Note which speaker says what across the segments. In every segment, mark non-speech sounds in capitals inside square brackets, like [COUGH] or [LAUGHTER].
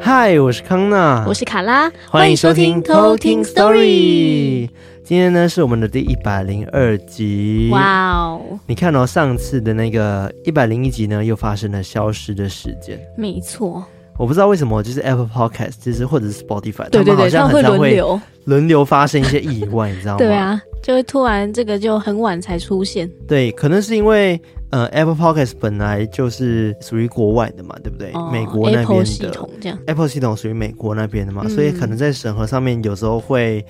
Speaker 1: 嗨，我是康娜，
Speaker 2: 我是卡拉，
Speaker 1: 欢迎收听偷听 Story。今天呢是我们的第一百零二集。！
Speaker 2: 哇哦，
Speaker 1: 你看哦，上次的那个一百零一集呢，又发生了消失的事件。
Speaker 2: 没错，
Speaker 1: 我不知道为什么，就是 Apple Podcast，就是或者是 Spotify，
Speaker 2: 对
Speaker 1: 他
Speaker 2: 对
Speaker 1: 们好
Speaker 2: 对，他
Speaker 1: 像
Speaker 2: 们
Speaker 1: 很
Speaker 2: 会
Speaker 1: 常
Speaker 2: 轮
Speaker 1: 会啊
Speaker 2: 流，
Speaker 1: 轮流发生一些意外，你知道吗？
Speaker 2: 对，啊，就会突然这个就很晚才出现，
Speaker 1: 对，可能是因为呃 Apple Podcast 本来就是属于国外的嘛，对不对？
Speaker 2: 哦
Speaker 1: 美国那边
Speaker 2: Apple 系
Speaker 1: 的
Speaker 2: 统这样，
Speaker 1: Apple 系统属于美国那边的嘛，
Speaker 2: 嗯
Speaker 1: 所以可能在审核上面有时候会，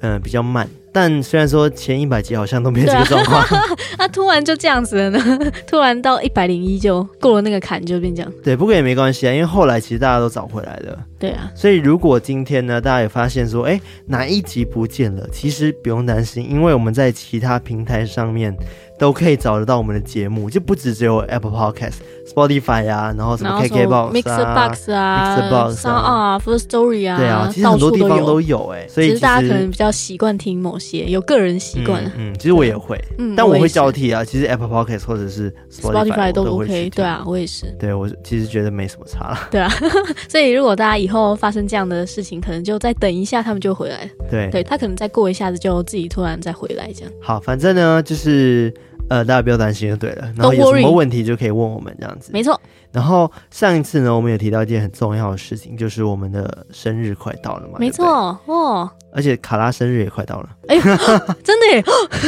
Speaker 1: 呃，比较慢。但虽然说前一百集好像都没有这个
Speaker 2: 啊
Speaker 1: 状况， [LAUGHS]
Speaker 2: 那、突然就这样子了呢？ [LAUGHS] 突然到一百零一就过了那个坎就变这样，
Speaker 1: 对，不过也没关系啊，因为后来其实大家都找回来了。
Speaker 2: 对啊，
Speaker 1: 所以如果今天呢，大家也发现说，哎，哪一集不见了，其实不用担心，因为我们在其他平台上面都可以找得到我们的节目，就不只只有 Apple Podcast、Spotify 啊，然后什
Speaker 2: 然
Speaker 1: 么
Speaker 2: 后什么
Speaker 1: KKBox 啊
Speaker 2: Mixer Box 啊
Speaker 1: Mixerbox
Speaker 2: 上啊
Speaker 1: 啊
Speaker 2: First Story 啊，
Speaker 1: 对啊，其实
Speaker 2: 到
Speaker 1: 很多
Speaker 2: 处
Speaker 1: 地方
Speaker 2: 有
Speaker 1: 都。有哎、所以其
Speaker 2: 只是
Speaker 1: 实
Speaker 2: 大家可能比较习惯听某些，有个人习惯、啊。
Speaker 1: 嗯。嗯，其实我也会，
Speaker 2: 嗯
Speaker 1: 但我
Speaker 2: 也
Speaker 1: 会
Speaker 2: 是
Speaker 1: 交替啊。其实 Apple Podcast 或者是
Speaker 2: Spotify
Speaker 1: 都
Speaker 2: 都
Speaker 1: 会去
Speaker 2: OK，
Speaker 1: 听
Speaker 2: 对。啊，我也是。
Speaker 1: 对我其实觉得没什么差啦。 [LAUGHS]
Speaker 2: 所以如果大家以后发生这样的事情，可能就再等一下，他们就回来了。
Speaker 1: 对，
Speaker 2: 对他可能再过一下子，就自己突然再回来这样。
Speaker 1: 好，反正呢就是呃，大家不要担心就对了。然后
Speaker 2: Don't
Speaker 1: 有什么
Speaker 2: worry
Speaker 1: 问题就可以问我们这样子。
Speaker 2: 没错，
Speaker 1: 然后上一次呢，我们有提到一件很重要的事情，就是我们的生日快到了嘛。
Speaker 2: 没
Speaker 1: 对不对，
Speaker 2: 错，哦，
Speaker 1: 而且卡拉生日也快到了，
Speaker 2: 哎呦，真的耶！ [LAUGHS]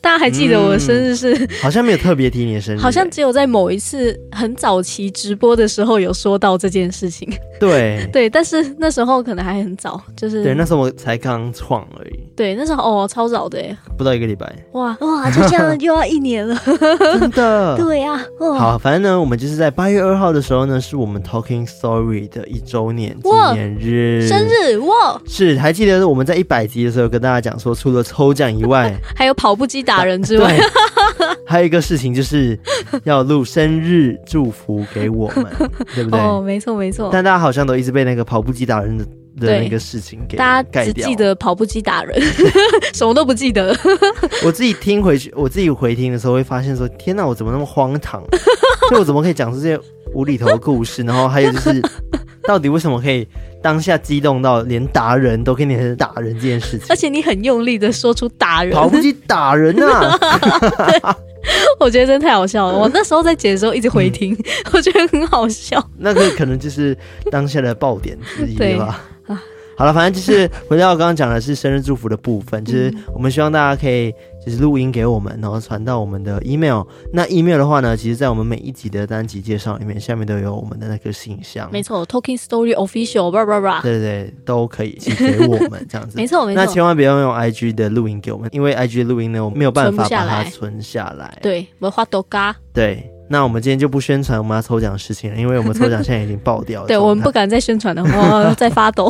Speaker 2: 大家还记得我的生日是？
Speaker 1: 好像没有特别提你的生日欸，
Speaker 2: 好像只有在某一次很早期直播的时候有说到这件事情。 [LAUGHS]
Speaker 1: 对
Speaker 2: 对，但是那时候可能还很早，就是
Speaker 1: 对，那时候我才刚创而已，
Speaker 2: 对那时候哦，超早的耶！
Speaker 1: 不到一个礼
Speaker 2: [LAUGHS]
Speaker 1: 拜，
Speaker 2: 哇哇，就这
Speaker 1: [LAUGHS]
Speaker 2: 样又要一年了。
Speaker 1: 真的。
Speaker 2: 对呀、
Speaker 1: 嗯
Speaker 2: 哦，
Speaker 1: [LAUGHS] 好，反正呢，我们就是在八月二号的时候呢，是我们 Talking Story 的一周年纪
Speaker 2: 哇
Speaker 1: 念日。
Speaker 2: 生日哇，
Speaker 1: 是，还记得我们在一百集的时候跟大家讲说，除了抽奖以外，
Speaker 2: 还有跑步机打人之外
Speaker 1: 对，，还有一个事情就是要录生日祝福给我们，对不对？
Speaker 2: 哦，没错没错，
Speaker 1: 但大家好像都一直被那个跑步机打人的的
Speaker 2: 对
Speaker 1: 那个事情给
Speaker 2: 大家
Speaker 1: 盖
Speaker 2: 只
Speaker 1: 掉。
Speaker 2: 记得跑步机打人， [LAUGHS] 什么都不
Speaker 1: [LAUGHS]
Speaker 2: 记得，
Speaker 1: 我自己听回去，我自己回听的时候会发现说，天哪，我怎么那么荒唐？ [LAUGHS] 就我怎么可以讲出这些无厘头的故事？然后还有就是，到底为什么可以当下激动到连打人都跟你打人这件事情
Speaker 2: 而？且你很用力的说出打人，
Speaker 1: 跑步机打人呐、啊！
Speaker 2: [LAUGHS] 我觉得真的太好笑了。
Speaker 1: 嗯
Speaker 2: 我那时候在剪的时候一直回听， [LAUGHS] 我觉得很好笑。
Speaker 1: 那个可能就是当下的爆点之一
Speaker 2: 对
Speaker 1: 吧。 [LAUGHS] 好了，反正就是回到我刚刚讲的是生日祝福的部分，就是我们希望大家可以就是录音给我们，然后传到我们的 email。那 email 的话呢，其实在我们每一集的单集介绍里面，下面都有我们的那个信箱。
Speaker 2: 没错，Talking Story Official，叭叭叭，
Speaker 1: 对对对，都可以寄给我们这样子
Speaker 2: [LAUGHS] 没。错没
Speaker 1: 那
Speaker 2: 错，
Speaker 1: 千万不要用 IG 的录音给我们，因为 IG 的录音呢，我们没有办法
Speaker 2: 存不下
Speaker 1: 把它
Speaker 2: 来
Speaker 1: 存下来。
Speaker 2: 对，我画豆嘎，
Speaker 1: 对那我们今天就不宣传我们要抽奖的事情了，因为我们抽奖现在已经爆掉了。
Speaker 2: 对我们不敢再宣传了，我在
Speaker 1: [LAUGHS]
Speaker 2: 发抖。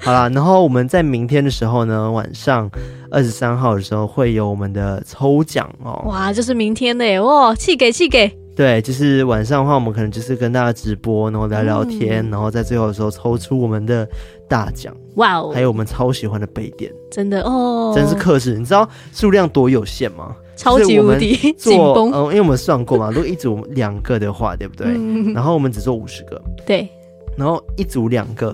Speaker 1: 好啦，然后我们在明天的时候呢，晚上二十三号的时候会有我们的抽奖哦。
Speaker 2: 哇，就是明天的耶，哇，气给气给，
Speaker 1: 对，就是晚上的话，我们可能就是跟大家直播，然后聊聊
Speaker 2: 嗯
Speaker 1: 天，然后在最后的时候抽出我们的大奖，
Speaker 2: 哇哦
Speaker 1: 还，有我们超喜欢的杯垫，
Speaker 2: 真的哦，
Speaker 1: 真是克制。你知道数量多有限吗？
Speaker 2: 超级无敌紧
Speaker 1: 做，
Speaker 2: 绷，
Speaker 1: 嗯，因为我们算过嘛，如果一组两个的话，对不对？
Speaker 2: 嗯，
Speaker 1: 然后我们只做五十个，
Speaker 2: 对
Speaker 1: 然后一组两个，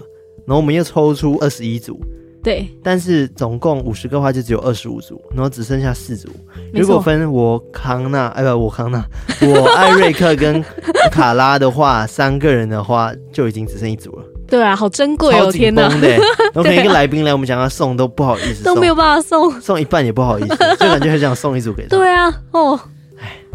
Speaker 1: 然后我们又抽出二十一组，
Speaker 2: 对，
Speaker 1: 但是总共五十个话就只有二十五组，然后只剩下四组。
Speaker 2: 没
Speaker 1: 如果
Speaker 2: 错。
Speaker 1: 分我康纳，哎不，我康纳，我艾瑞克跟卡拉的话，三个人的话就已经只剩一组了，
Speaker 2: 对啊，好珍贵
Speaker 1: 超
Speaker 2: 哦！天
Speaker 1: 紧
Speaker 2: 哪，
Speaker 1: 绷的欸。然后可能一个来宾来，我们想要送都不好意思送，
Speaker 2: [LAUGHS] 都没有办法送。
Speaker 1: 送一半也不好意思，就感觉很想送一组给他。
Speaker 2: [LAUGHS] 对啊，哦，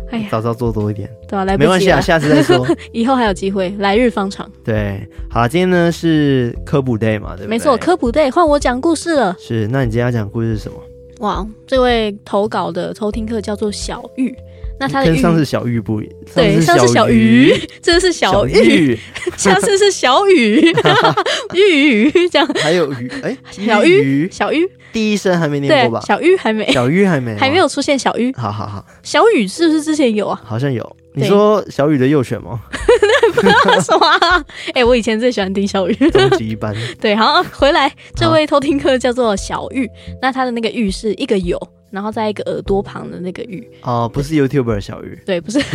Speaker 2: 哎呀，
Speaker 1: 早知道做多一点，
Speaker 2: 对啊，来
Speaker 1: 没
Speaker 2: 不
Speaker 1: 关
Speaker 2: 及
Speaker 1: 系啊，
Speaker 2: 了，
Speaker 1: 下次再
Speaker 2: [LAUGHS]
Speaker 1: 说。
Speaker 2: 以后还有机会，来日方长。
Speaker 1: 对，好了，今天呢是科普 day 嘛，对不对？
Speaker 2: 没错，科普 day 换我讲故事了。
Speaker 1: 是。那你今天要讲故事是什么？
Speaker 2: 哇，这位投稿的偷听客叫做小玉，那啊它的
Speaker 1: 跟
Speaker 2: 玉，
Speaker 1: 上次小玉不一，
Speaker 2: 对，上次
Speaker 1: 次
Speaker 2: 小
Speaker 1: 鱼
Speaker 2: 鱼，， [LAUGHS] 这是小
Speaker 1: 小 [LAUGHS]
Speaker 2: 玉，下次是小雨， [LAUGHS] 玉鱼这样，
Speaker 1: 还有鱼，哎，
Speaker 2: [LAUGHS] 小
Speaker 1: 鱼
Speaker 2: 鱼，，小鱼，
Speaker 1: 第一声还没念
Speaker 2: 对
Speaker 1: 过吧，？
Speaker 2: 小鱼还没
Speaker 1: [LAUGHS] 小鱼还没，
Speaker 2: 还没，有出现小鱼，
Speaker 1: 好好好，
Speaker 2: 小雨是不是之前有啊？ [LAUGHS]
Speaker 1: 好像有。你
Speaker 2: 对
Speaker 1: 说小雨的右拳吗？ [LAUGHS]
Speaker 2: 什么啊？ [LAUGHS] 哎、我以前最喜欢听小雨。
Speaker 1: 终极
Speaker 2: [LAUGHS]
Speaker 1: 一班，
Speaker 2: 对，好，回来这位偷听客叫做小玉，那他的那个玉是一个有，然后在一个耳朵旁的那个玉，
Speaker 1: 哦，不是 YouTuber 小鱼，
Speaker 2: 对，不是 [LAUGHS]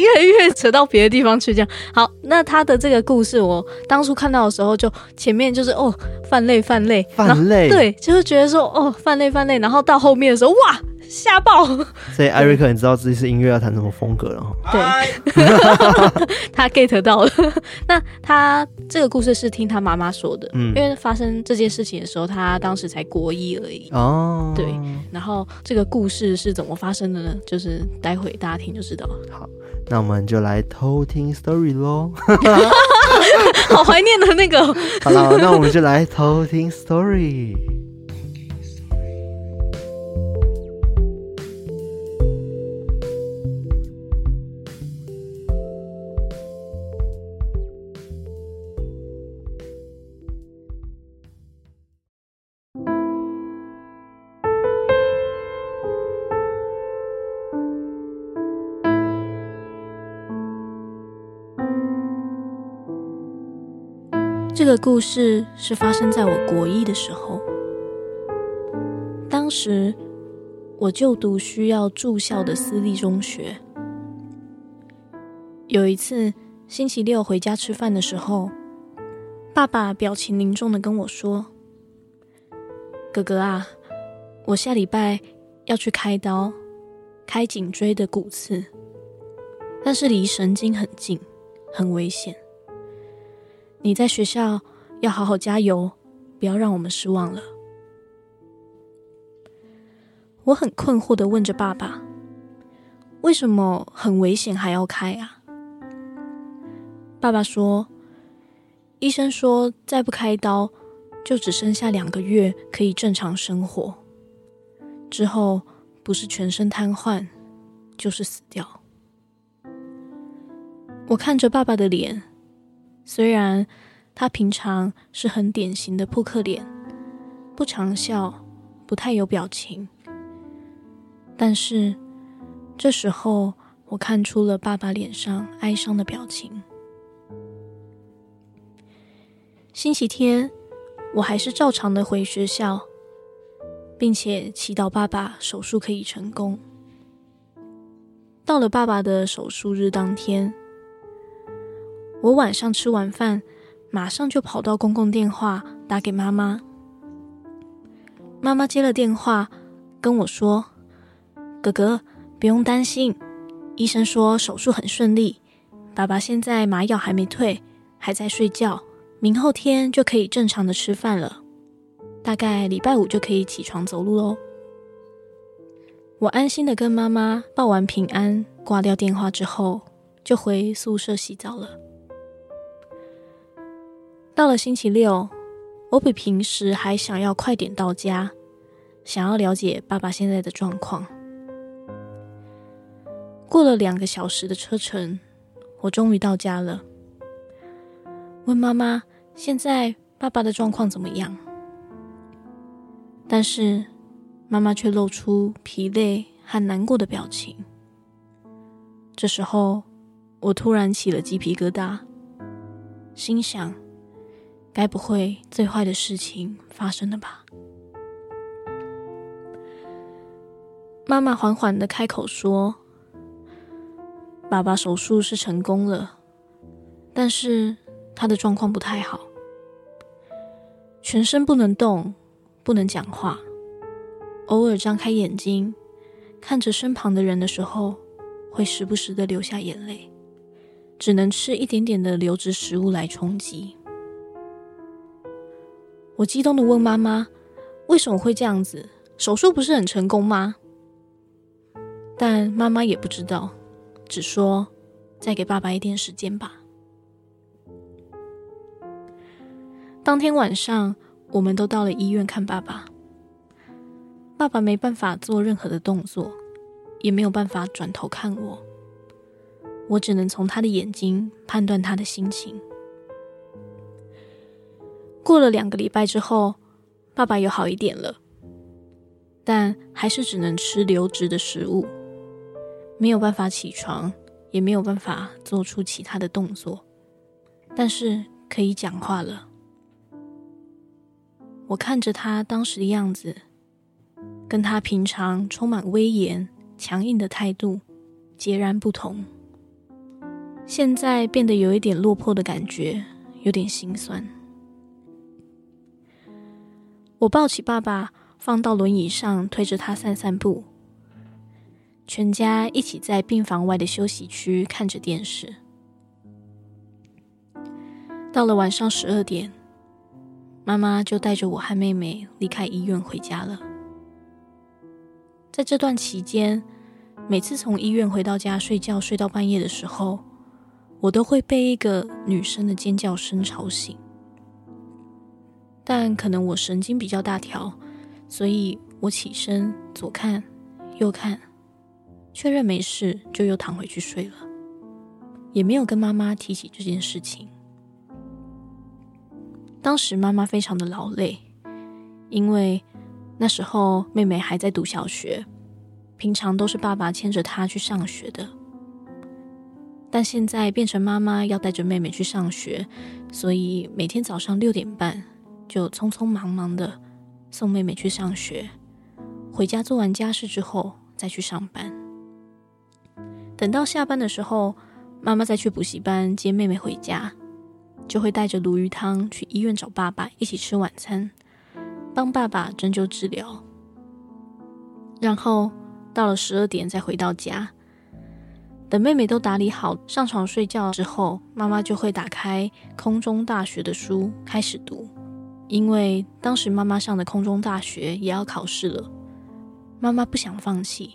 Speaker 2: 越越扯到别的地方去这样。好，那他的这个故事，我当初看到的时候就，前面就是哦犯累犯累，然后
Speaker 1: 犯累，，
Speaker 2: 对，就是觉得说哦犯累犯累，然后到后面的时候哇吓爆，
Speaker 1: 所以艾瑞克，你知道这次音乐要弹什么风格了哈？
Speaker 2: 对， [LAUGHS] 他 get 到了。那他这个故事是听他妈妈说的，
Speaker 1: 嗯
Speaker 2: 因为发生这件事情的时候，他当时才国一而已。
Speaker 1: 哦，
Speaker 2: 对然后这个故事是怎么发生的呢？就是待会大家听就知道了。 [LAUGHS]
Speaker 1: 那我们就来偷听 story 喽。
Speaker 2: 好怀念的那个，
Speaker 1: [LAUGHS] 好了，那我们就来偷听 story。
Speaker 2: 这个故事是发生在我国一的时候。当时我就读需要住校的私立中学。有一次星期六回家吃饭的时候，爸爸表情凝重的跟我说：“哥哥啊，我下礼拜要去开刀，开颈椎的骨刺，但是离神经很近，很危险。你在学校要好好加油，不要让我们失望了。我很困惑的问着爸爸：“为什么很危险还要开啊？”爸爸说：“医生说再不开刀，就只剩下两个月可以正常生活，之后不是全身瘫痪，就是死掉。”我看着爸爸的脸，虽然他平常是很典型的扑克脸，不常笑，不太有表情，但是这时候我看出了爸爸脸上哀伤的表情。星期天，我还是照常的回学校，并且祈祷爸爸手术可以成功。到了爸爸的手术日当天，我晚上吃完饭，马上就跑到公共电话打给妈妈。妈妈接了电话，跟我说：“哥哥，不用担心，医生说手术很顺利，爸爸现在麻药还没退，还在睡觉，明后天就可以正常的吃饭了，大概礼拜五就可以起床走路喽。”我安心的跟妈妈报完平安，挂掉电话之后，就回宿舍洗澡了。到了星期六，我比平时还想要快点到家，想要了解爸爸现在的状况。过了两个小时的车程，我终于到家了。问妈妈现在爸爸的状况怎么样，但是妈妈却露出疲累和难过的表情。这时候，我突然起了鸡皮疙瘩，心想：该不会最坏的事情发生了吧？妈妈缓缓的开口说：“爸爸手术是成功了，但是他的状况不太好，全身不能动，不能讲话，偶尔张开眼睛，看着身旁的人的时候，会时不时的流下眼泪，只能吃一点点的流质食物来充饥。我激动的问妈妈：“为什么会这样子？手术不是很成功吗？”但妈妈也不知道，只说：“再给爸爸一点时间吧。”当天晚上，我们都到了医院看爸爸。爸爸没办法做任何的动作，也没有办法转头看我，我只能从他的眼睛判断他的心情。过了两个礼拜之后，爸爸有好一点了，但还是只能吃流质的食物，没有办法起床，也没有办法做出其他的动作，但是可以讲话了。我看着他当时的样子，跟他平常充满威严、强硬的态度截然不同。现在变得有一点落魄的感觉，有点心酸。我抱起爸爸，放到轮椅上，推着他散散步。全家一起在病房外的休息区看着电视。到了晚上十二点，妈妈就带着我和妹妹离开医院回家了。在这段期间，每次从医院回到家睡觉，睡到半夜的时候，我都会被一个女生的尖叫声吵醒。但可能我神经比较大条，所以我起身左看右看，确认没事就又躺回去睡了，也没有跟妈妈提起这件事情。当时妈妈非常的劳累，因为那时候妹妹还在读小学，平常都是爸爸牵着她去上学的，但现在变成妈妈要带着妹妹去上学，所以每天早上六点半。就匆匆忙忙的送妹妹去上学，回家做完家事之后再去上班。等到下班的时候，妈妈再去补习班接妹妹回家，就会带着鲈鱼汤去医院找爸爸一起吃晚餐，帮爸爸针灸治疗。然后到了十二点再回到家，等妹妹都打理好上床睡觉之后，妈妈就会打开空中大学的书开始读。因为当时妈妈上的空中大学也要考试了，妈妈不想放弃，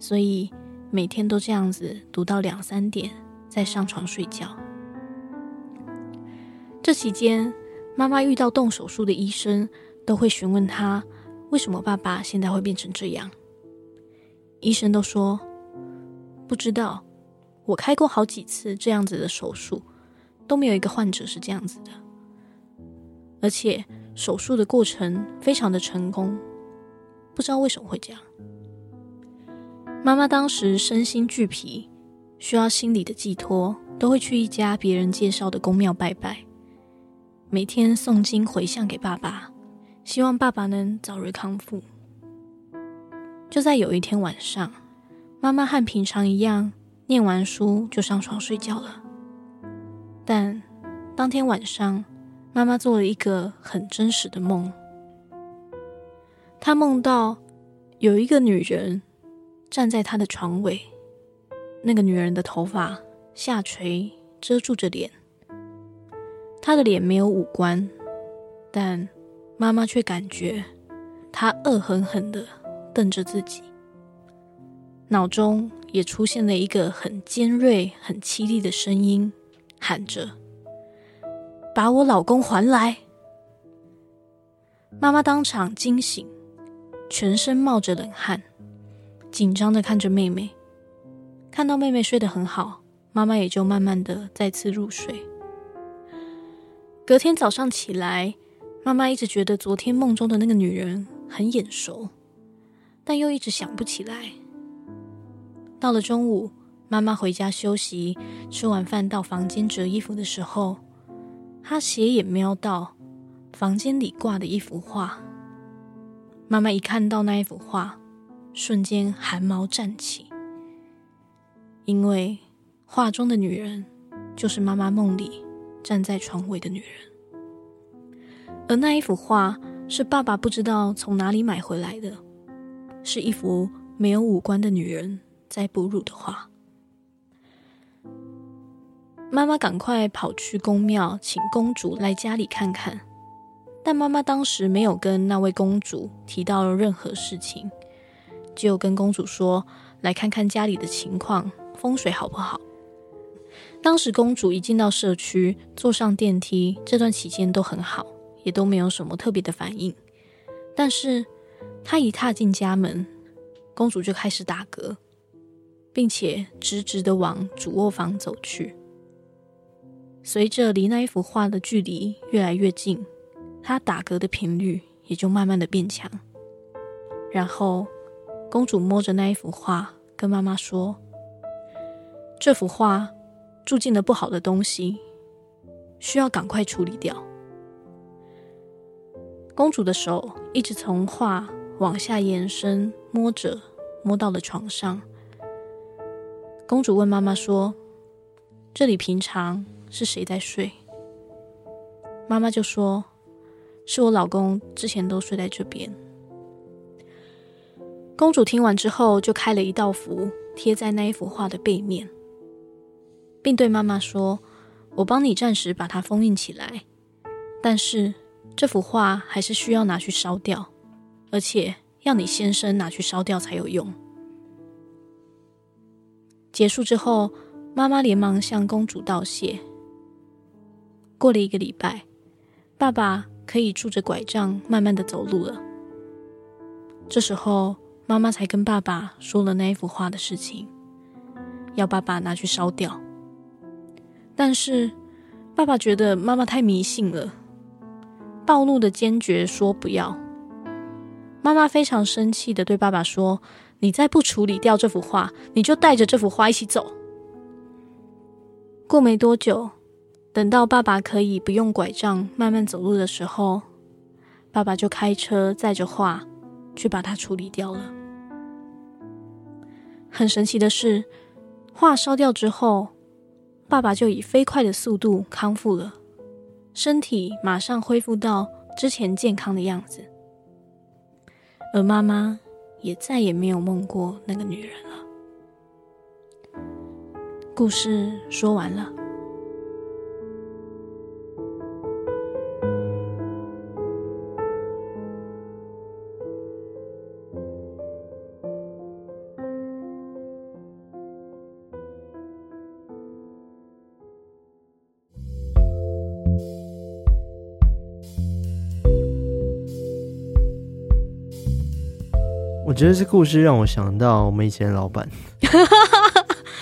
Speaker 2: 所以每天都这样子读到两三点，再上床睡觉。这期间，妈妈遇到动手术的医生，都会询问她为什么爸爸现在会变成这样。医生都说不知道，我开过好几次这样子的手术，都没有一个患者是这样子的。而且手术的过程非常的成功，不知道为什么会这样。妈妈当时身心俱疲，需要心理的寄托，都会去一家别人介绍的公庙拜拜，每天诵经回向给爸爸，希望爸爸能早日康复。就在有一天晚上，妈妈和平常一样念完书就上床睡觉了，但当天晚上。妈妈做了一个很真实的梦，她梦到有一个女人站在她的床尾，那个女人的头发下垂遮住着脸，她的脸没有五官，但妈妈却感觉她恶狠狠的瞪着自己，脑中也出现了一个很尖锐、很凄厉的声音，喊着。把我老公还来！妈妈当场惊醒，全身冒着冷汗，紧张的看着妹妹。看到妹妹睡得很好，妈妈也就慢慢的再次入睡。隔天早上起来，妈妈一直觉得昨天梦中的那个女人很眼熟，但又一直想不起来。到了中午，妈妈回家休息，吃完饭到房间折衣服的时候。他斜眼瞄到房间里挂的一幅画，妈妈一看到那一幅画，瞬间汗毛站起，因为画中的女人就是妈妈梦里站在床尾的女人，而那一幅画是爸爸不知道从哪里买回来的，是一幅没有五官的女人在哺乳的画。妈妈赶快跑去宫庙，请公主来家里看看。但妈妈当时没有跟那位公主提到任何事情，只有跟公主说来看看家里的情况，风水好不好。当时公主一进到社区，坐上电梯，这段期间都很好，也都没有什么特别的反应。但是她一踏进家门，公主就开始打嗝，并且直直的往主卧房走去。随着离那一幅画的距离越来越近，她打嗝的频率也就慢慢的变强。然后，公主摸着那一幅画，跟妈妈说：“这幅画住进了不好的东西，需要赶快处理掉。”公主的手一直从画往下延伸，摸着摸到了床上。公主问妈妈说：“这里平常是谁在睡？”妈妈就说：“是我老公之前都睡在这边。”公主听完之后，就开了一道符贴在那一幅画的背面，并对妈妈说：“我帮你暂时把它封印起来，但是这幅画还是需要拿去烧掉，而且要你先生拿去烧掉才有用。”结束之后，妈妈连忙向公主道谢。过了一个礼拜，爸爸可以拄着拐杖慢慢的走路了。这时候，妈妈才跟爸爸说了那一幅画的事情，要爸爸拿去烧掉。但是，爸爸觉得妈妈太迷信了，暴怒的坚决说不要。妈妈非常生气的对爸爸说：“你再不处理掉这幅画，你就带着这幅画一起走。”过没多久，等到爸爸可以不用拐杖慢慢走路的时候，爸爸就开车载着画。去把它处理掉了。很神奇的是，画烧掉之后，爸爸就以飞快的速度康复了，身体马上恢复到之前健康的样子。而妈妈也再也没有梦过那个女人了。故事说完了。
Speaker 1: 我觉得这故事让我想到我们以前的老
Speaker 2: [LAUGHS]
Speaker 1: 板，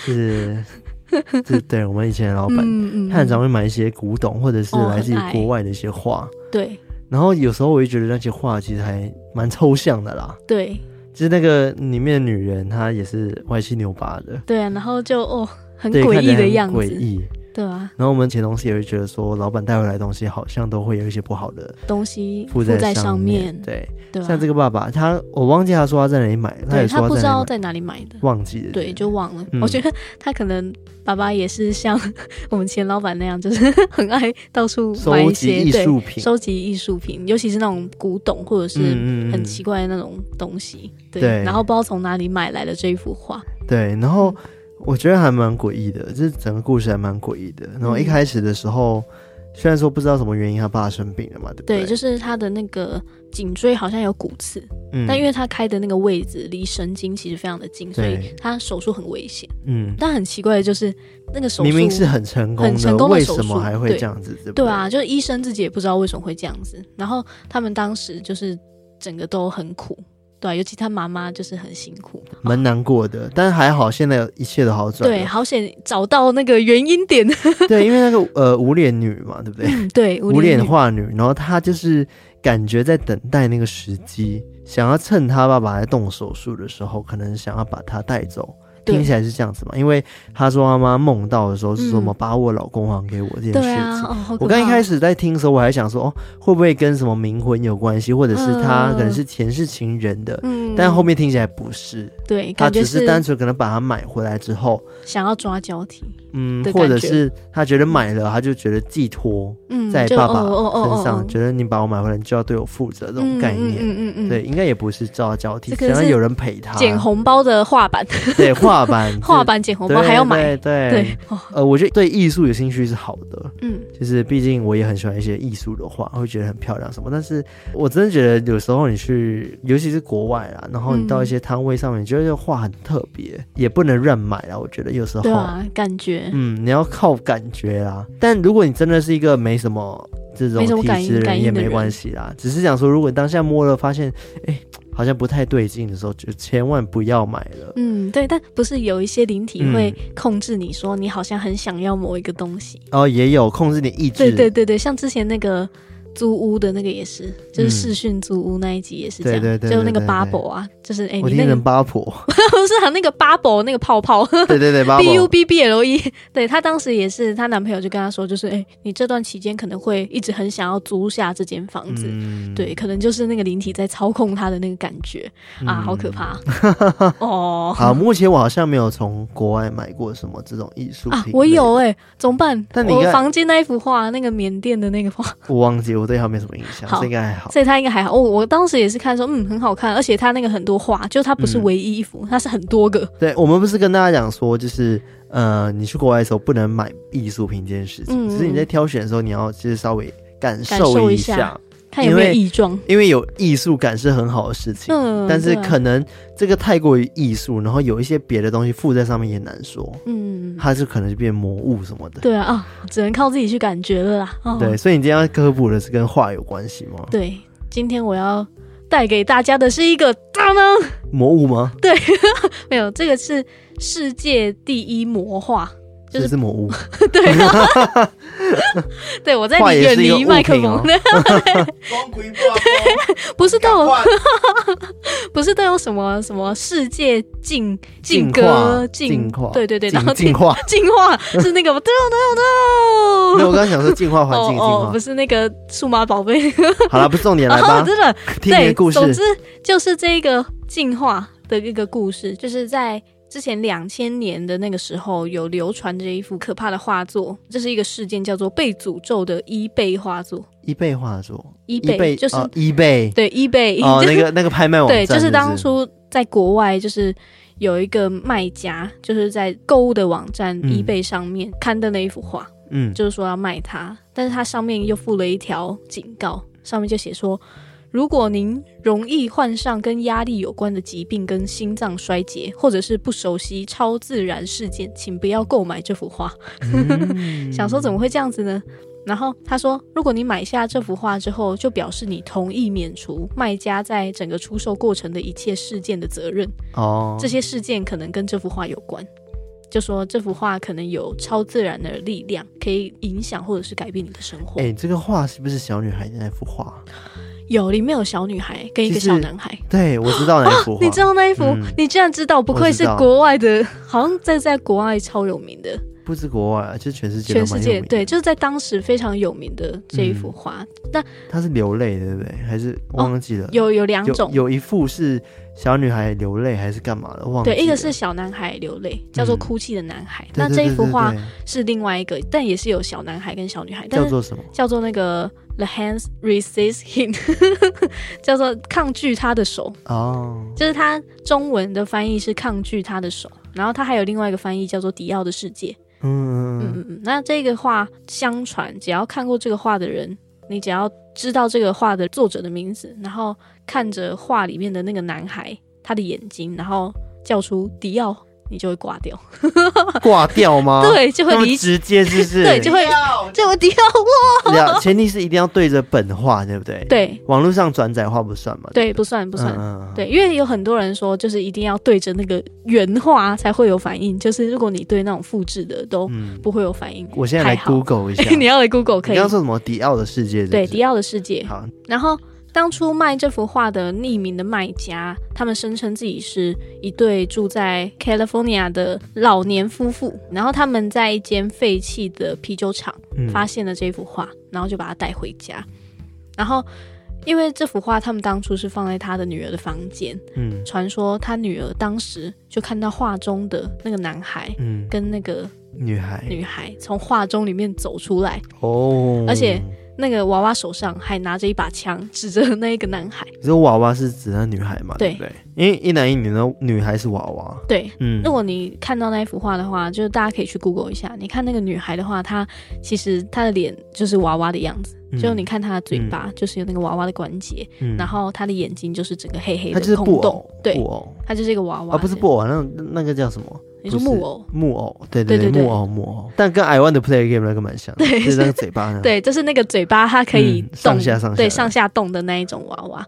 Speaker 1: 就是，就是对我们以前的老板，
Speaker 2: 嗯
Speaker 1: 他很常会买一些古董或者是
Speaker 2: 哦
Speaker 1: 来自于
Speaker 2: 很爱
Speaker 1: 国外的一些画，
Speaker 2: 对
Speaker 1: 然后有时候我会觉得那些画其实还蛮抽象的啦，
Speaker 2: 对
Speaker 1: 就是那个里面的女人她也是歪七扭八的，
Speaker 2: 对啊，然后就哦，很
Speaker 1: 对，
Speaker 2: 诡
Speaker 1: 看起
Speaker 2: 异
Speaker 1: 来
Speaker 2: 的
Speaker 1: 很
Speaker 2: 样
Speaker 1: 诡
Speaker 2: 子，
Speaker 1: 异。
Speaker 2: 对啊，
Speaker 1: 然后我们前同事也会觉得说，老板带回来的东西好像都会有一些不好的
Speaker 2: 东西
Speaker 1: 附
Speaker 2: 在
Speaker 1: 上
Speaker 2: 面，
Speaker 1: 对，
Speaker 2: 对啊，
Speaker 1: 像这个爸爸，他我忘记他说他在哪里买，他
Speaker 2: 对
Speaker 1: 也说
Speaker 2: 他不
Speaker 1: 在
Speaker 2: 知
Speaker 1: 哪里
Speaker 2: 道
Speaker 1: 买，
Speaker 2: 在哪里买的，
Speaker 1: 忘记了。
Speaker 2: 对，就忘了。
Speaker 1: 嗯
Speaker 2: 我觉得他可能爸爸也是像 [LAUGHS] 我们前老板那样，就是 [LAUGHS] 很爱到处买
Speaker 1: 收
Speaker 2: 一
Speaker 1: 集
Speaker 2: 些
Speaker 1: 艺
Speaker 2: 对
Speaker 1: 术品，
Speaker 2: 收集艺术品，尤其是那种古董或者
Speaker 1: 嗯
Speaker 2: 是
Speaker 1: 嗯嗯
Speaker 2: 很奇怪的那种东西。对，
Speaker 1: 对
Speaker 2: 然后不知道从哪里买来的这一幅画。
Speaker 1: 对，然后我觉得还蛮诡异的，就是整个故事还蛮诡异的。然后一
Speaker 2: 嗯
Speaker 1: 开始的时候，虽然说不知道什么原因他爸生病了嘛，对不
Speaker 2: 对，
Speaker 1: 对，
Speaker 2: 就是他的那个颈椎好像有骨刺，
Speaker 1: 嗯
Speaker 2: 但因为他开的那个位置离神经其实非常的近，所以
Speaker 1: 对
Speaker 2: 他手术很危险。
Speaker 1: 嗯，
Speaker 2: 但很奇怪的就是那个手术
Speaker 1: 明明是很成功
Speaker 2: 很成功的
Speaker 1: 为
Speaker 2: 手
Speaker 1: 什么
Speaker 2: 术
Speaker 1: 还会
Speaker 2: 对
Speaker 1: 这样子？对不
Speaker 2: 对啊，就是医生自己也不知道为什么会这样子。然后他们当时就是整个都很苦，对啊、尤其他妈妈就是很辛苦。
Speaker 1: 蛮难过的，但还好现在一切都好转
Speaker 2: 对，啊
Speaker 1: 了。
Speaker 2: 好险找到那个原因点。
Speaker 1: [LAUGHS] 对，因为那个呃无脸女嘛，
Speaker 2: [LAUGHS]
Speaker 1: 对不对？
Speaker 2: 嗯，对，
Speaker 1: 无脸
Speaker 2: 女
Speaker 1: 化女，然后她就是感觉在等待那个时机，想要趁她爸爸在动手术的时候，可能想要把她带走。
Speaker 2: 对
Speaker 1: 听起来是这样子嘛？因为她说她妈梦到的时候是说什么
Speaker 2: 嗯
Speaker 1: 把我老公还给我这件事
Speaker 2: 对
Speaker 1: 情。
Speaker 2: 啊，哦，好可
Speaker 1: 我刚一
Speaker 2: 怕
Speaker 1: 开始在听的时候，我还想说哦，会不会跟什么冥婚有关系，或者是她
Speaker 2: 嗯
Speaker 1: 可能是前世情人的？
Speaker 2: 嗯，
Speaker 1: 但后面听起来不是，
Speaker 2: 对，
Speaker 1: 她
Speaker 2: 感觉
Speaker 1: 只是单纯可能把它买回来之后，
Speaker 2: 想要抓交替，
Speaker 1: 嗯
Speaker 2: 的，
Speaker 1: 或者
Speaker 2: 感觉
Speaker 1: 是她觉得买了，她就觉得寄托，
Speaker 2: 嗯，
Speaker 1: 在
Speaker 2: 就
Speaker 1: 爸爸
Speaker 2: 哦哦哦哦
Speaker 1: 身上，
Speaker 2: 哦
Speaker 1: 觉得你把我买回来，你就要对我负责这种概
Speaker 2: 嗯
Speaker 1: 念。
Speaker 2: 嗯嗯嗯，嗯
Speaker 1: 对，。应该也不是照交替，
Speaker 2: 这
Speaker 1: 想
Speaker 2: 个
Speaker 1: 要
Speaker 2: 是
Speaker 1: 有人陪他。
Speaker 2: 捡红包的画板，，
Speaker 1: 对画板
Speaker 2: [LAUGHS] 画板捡红
Speaker 1: 对，
Speaker 2: 包还要买，
Speaker 1: 对对
Speaker 2: 对，哦
Speaker 1: 呃，我觉得对艺术有兴趣是好的，
Speaker 2: 嗯，
Speaker 1: 就是毕竟我也很喜欢一些艺术的画，会觉得很漂亮什么。但是我真的觉得有时候你去，尤其是国外啦，然后你到一些摊位上面，你觉得这画很特别，也不能乱买啦。我觉得有时候
Speaker 2: 对，啊，感觉
Speaker 1: 嗯，你要靠感觉啦。但如果你真的是一个没什么这种
Speaker 2: 没什么感
Speaker 1: 体
Speaker 2: 应
Speaker 1: 质的
Speaker 2: 感
Speaker 1: 人，
Speaker 2: 应
Speaker 1: 也
Speaker 2: 的
Speaker 1: 没
Speaker 2: 人
Speaker 1: 关系啦。只是想说，如果你当下摸了发现，哎、好好像不太对劲的时候，就千万不要买了。
Speaker 2: 嗯，对，但不是有一些灵体
Speaker 1: 嗯
Speaker 2: 会控制你说你好像很想要某一个东西？
Speaker 1: 然后也有控制你意志，
Speaker 2: 对对对对，像之前那个租屋的那个也是，就是
Speaker 1: 嗯
Speaker 2: 视讯租屋那一集也是这样，
Speaker 1: 对对对
Speaker 2: 就那个
Speaker 1: 对对对
Speaker 2: bubble 啊，就是哎、
Speaker 1: 我
Speaker 2: 你
Speaker 1: 听
Speaker 2: 那个
Speaker 1: 人八婆，
Speaker 2: [LAUGHS]
Speaker 1: 嗯
Speaker 2: 不是啊，那个 bubble 那个泡泡
Speaker 1: 对对对，八
Speaker 2: B U
Speaker 1: 婆，
Speaker 2: B B L E，对 [LAUGHS] 她当时也是，她男朋友就跟她说，就是哎、你这段期间可能会一直很想要租下这间房子。
Speaker 1: 嗯，
Speaker 2: 对，可能就是那个灵体在操控她的那个感觉
Speaker 1: 嗯
Speaker 2: 啊，好
Speaker 1: [LAUGHS]
Speaker 2: 可怕哦！
Speaker 1: 好，目前我好像没有从国外买过什么这种艺术
Speaker 2: 啊
Speaker 1: 品，，
Speaker 2: 我有，哎、怎么办？
Speaker 1: 但你应
Speaker 2: 我
Speaker 1: 该
Speaker 2: 房间那一幅画，那个缅甸的那个画，
Speaker 1: 我忘记，我对它没什么印象，
Speaker 2: 好
Speaker 1: 这应该还好。
Speaker 2: [LAUGHS] 所以它应该还好。我、哦我当时也是看说，嗯，很好看，而且它那个很多画，就它不是
Speaker 1: 嗯
Speaker 2: 唯一一幅，它是很多个。
Speaker 1: 对我们不是跟大家讲说，就是呃，你去国外的时候不能买艺术品这件事情，
Speaker 2: 嗯
Speaker 1: 只是你在挑选的时候，你要就是稍微感
Speaker 2: 感受
Speaker 1: 一
Speaker 2: 一下看有没
Speaker 1: 因
Speaker 2: 有
Speaker 1: 为
Speaker 2: 异状。
Speaker 1: 因为有艺术感是很好的事情，
Speaker 2: 嗯
Speaker 1: 但是
Speaker 2: 对啊
Speaker 1: 可能这个太过于艺术，然后有一些别的东西附在上面也难说，
Speaker 2: 嗯，
Speaker 1: 它就可能就变魔物什么的。
Speaker 2: 对啊，啊，只能靠自己去感觉了啦。哦、
Speaker 1: 对，所以你今天要科普的是跟画有关系吗？
Speaker 2: 对，今天我要带给大家的是一个大呢， [LAUGHS]
Speaker 1: 魔物吗？
Speaker 2: 没有，这个是世界第一魔画。就
Speaker 1: 这
Speaker 2: 是
Speaker 1: 是魔物，
Speaker 2: 对啊，对我在
Speaker 1: 画
Speaker 2: 你
Speaker 1: 也
Speaker 2: 远
Speaker 1: 是一个
Speaker 2: 离麦克
Speaker 1: 物品哦
Speaker 2: 风，
Speaker 3: 光棍挂
Speaker 2: 不是都有
Speaker 3: 光，
Speaker 2: 不是都有什么什么世界禁禁
Speaker 1: 进
Speaker 2: 歌
Speaker 1: 化，
Speaker 2: 禁
Speaker 1: 进化，
Speaker 2: 对对对，然后
Speaker 1: 进化。
Speaker 2: 进化是那个噔
Speaker 1: [LAUGHS]
Speaker 2: 噔
Speaker 1: 那
Speaker 2: 噔
Speaker 1: 我刚刚想说进化环
Speaker 2: 哦
Speaker 1: 境进
Speaker 2: 哦，
Speaker 1: 化
Speaker 2: 不，是那个数码宝贝，
Speaker 1: 好了，不是重点，
Speaker 2: 然
Speaker 1: 来
Speaker 2: 后
Speaker 1: 吧，
Speaker 2: 真的
Speaker 1: 听你
Speaker 2: 对
Speaker 1: 的故，事
Speaker 2: 总。之就是这个进化的一个故事，就是在之前两千年的那个时候有流传着一幅可怕的画作，这是一个事件，叫做被诅咒的伊贝画作。
Speaker 1: 一倍画作，
Speaker 2: 伊
Speaker 1: 一
Speaker 2: 贝
Speaker 1: 倍
Speaker 2: 就是、
Speaker 1: 哦一倍
Speaker 2: 对伊贝，
Speaker 1: 哦，那个那个拍卖网站
Speaker 2: 对，
Speaker 1: 不
Speaker 2: 就是当初在国外就是。有一个卖家，就是在购物的网站
Speaker 1: 嗯
Speaker 2: eBay 上面刊登了一幅画，
Speaker 1: 嗯
Speaker 2: 就是说要卖它，但是它上面又附了一条警告，上面就写说，如果您容易患上跟压力有关的疾病、跟心脏衰竭，或者是不熟悉超自然事件，请不要购买这幅画。 [LAUGHS] 想说怎么会这样子呢？然后他说，如果你买下这幅画之后，就表示你同意免除卖家在整个出售过程的一切事件的责任。
Speaker 1: 哦，
Speaker 2: 这些事件可能跟这幅画有关，就说这幅画可能有超自然的力量，可以影响或者是改变你的生活。
Speaker 1: 哎、这个画是不是小女孩的那幅画？
Speaker 2: 有里面有小女孩跟一个
Speaker 1: 其实
Speaker 2: 小男孩，
Speaker 1: 对，我知道那幅画。
Speaker 2: 哦你知道那一幅？
Speaker 1: 嗯
Speaker 2: 你竟然知道？不愧是
Speaker 1: 我知道
Speaker 2: 国外的，好像在在国外超有名的，
Speaker 1: 不止国外，就全世界
Speaker 2: 全
Speaker 1: 都蛮有
Speaker 2: 世
Speaker 1: 名的。
Speaker 2: 界对，就是在当时非常有名的这一幅
Speaker 1: 嗯
Speaker 2: 画，
Speaker 1: 它是流泪，对不对？还是
Speaker 2: 哦
Speaker 1: 忘记了？
Speaker 2: 有有两种。
Speaker 1: 有有一幅是小女孩流泪还是干嘛的？忘记
Speaker 2: 对，
Speaker 1: 了
Speaker 2: 一个是小男孩流泪，叫做《
Speaker 1: 嗯
Speaker 2: 哭泣的男孩》
Speaker 1: 对
Speaker 2: 那
Speaker 1: 对
Speaker 2: 这一
Speaker 1: 对
Speaker 2: 幅
Speaker 1: 对
Speaker 2: 画
Speaker 1: 对
Speaker 2: 是另外一个，但也是有小男孩跟小女孩，但
Speaker 1: 叫
Speaker 2: 是
Speaker 1: 做什么？
Speaker 2: 叫做那个 The hands resist him，叫做抗拒他的手，
Speaker 1: 哦，
Speaker 2: 就是他中文的翻译是抗拒他的手，然后他还有另外一个翻译叫做迪奥的世界。
Speaker 1: 嗯
Speaker 2: 嗯
Speaker 1: 嗯
Speaker 2: 嗯嗯，那这个画相传，只要看过这个画的人，你只要知道这个画的作者的名字，然后看着画里面的那个男孩他的眼睛，然后叫出迪奥，你就会挂掉，
Speaker 1: 嗯，挂掉吗？，
Speaker 2: [LAUGHS] 对，就
Speaker 1: 那
Speaker 2: 会
Speaker 1: 么
Speaker 2: 离
Speaker 1: 直接是不是？
Speaker 2: [LAUGHS] 对就会就会迪奥，
Speaker 1: 了啊前提是一定要对着本画，对不对？，
Speaker 2: 对
Speaker 1: 网络上转载画不算嘛？
Speaker 2: 对，不算不算。
Speaker 1: 嗯嗯嗯
Speaker 2: 对，因为有很多人说，就是一定要对着那个原画才会有反应，就是如果你对那种复制的都
Speaker 1: 嗯，
Speaker 2: 不会有反应。
Speaker 1: 我现在来
Speaker 2: 还好。
Speaker 1: Google 一下
Speaker 2: [LAUGHS] 你要来 Google 可
Speaker 1: 你
Speaker 2: 以
Speaker 1: 刚，说什么？迪奥的世界是不
Speaker 2: 对
Speaker 1: 是？
Speaker 2: 迪奥的世界。
Speaker 1: 好，
Speaker 2: 然后当初卖这幅画的匿名的卖家，他们声称自己是一对住在 California 的老年夫妇，然后他们在一间废弃的啤酒厂
Speaker 1: 嗯
Speaker 2: 发现了这幅画，然后就把它带回家，然后。因为这幅画，他们当初是放在他的女儿的房间，
Speaker 1: 嗯
Speaker 2: 传说他女儿当时就看到画中的那个男孩
Speaker 1: 嗯，
Speaker 2: 跟那个
Speaker 1: 女孩
Speaker 2: 女孩从画中里面走出来，
Speaker 1: 哦，
Speaker 2: 而且那个娃娃手上还拿着一把枪，指着那一个男孩。
Speaker 1: 你说娃娃是指那女孩嘛？
Speaker 2: 对
Speaker 1: 对不对？因为一男一女的女孩是娃娃，
Speaker 2: 对，
Speaker 1: 嗯，
Speaker 2: 如果你看到那一幅画的话，就是大家可以去 Google 一下，你看那个女孩的话，她其实她的脸就是娃娃的样子，
Speaker 1: 嗯
Speaker 2: 就你看她的嘴巴就是有那个娃娃的关节，
Speaker 1: 嗯
Speaker 2: 然后她的眼睛就是整个黑黑
Speaker 1: 它
Speaker 2: 的
Speaker 1: 就是
Speaker 2: 空
Speaker 1: 布
Speaker 2: 洞
Speaker 1: 偶，，
Speaker 2: 对
Speaker 1: 布，偶
Speaker 2: 她就是一个娃娃。
Speaker 1: 啊，不是布偶，那那个叫什么？
Speaker 2: 你说
Speaker 1: 不是
Speaker 2: 木偶。
Speaker 1: 木偶，对对
Speaker 2: 对对对
Speaker 1: 木偶木偶，但跟 I want to play a game 那个蛮像，
Speaker 2: [LAUGHS] 对
Speaker 1: 就是那个嘴巴呢，
Speaker 2: 对，就是那个嘴巴它可以
Speaker 1: 嗯
Speaker 2: 动，
Speaker 1: 上下上下
Speaker 2: 对上下动的那一种娃娃。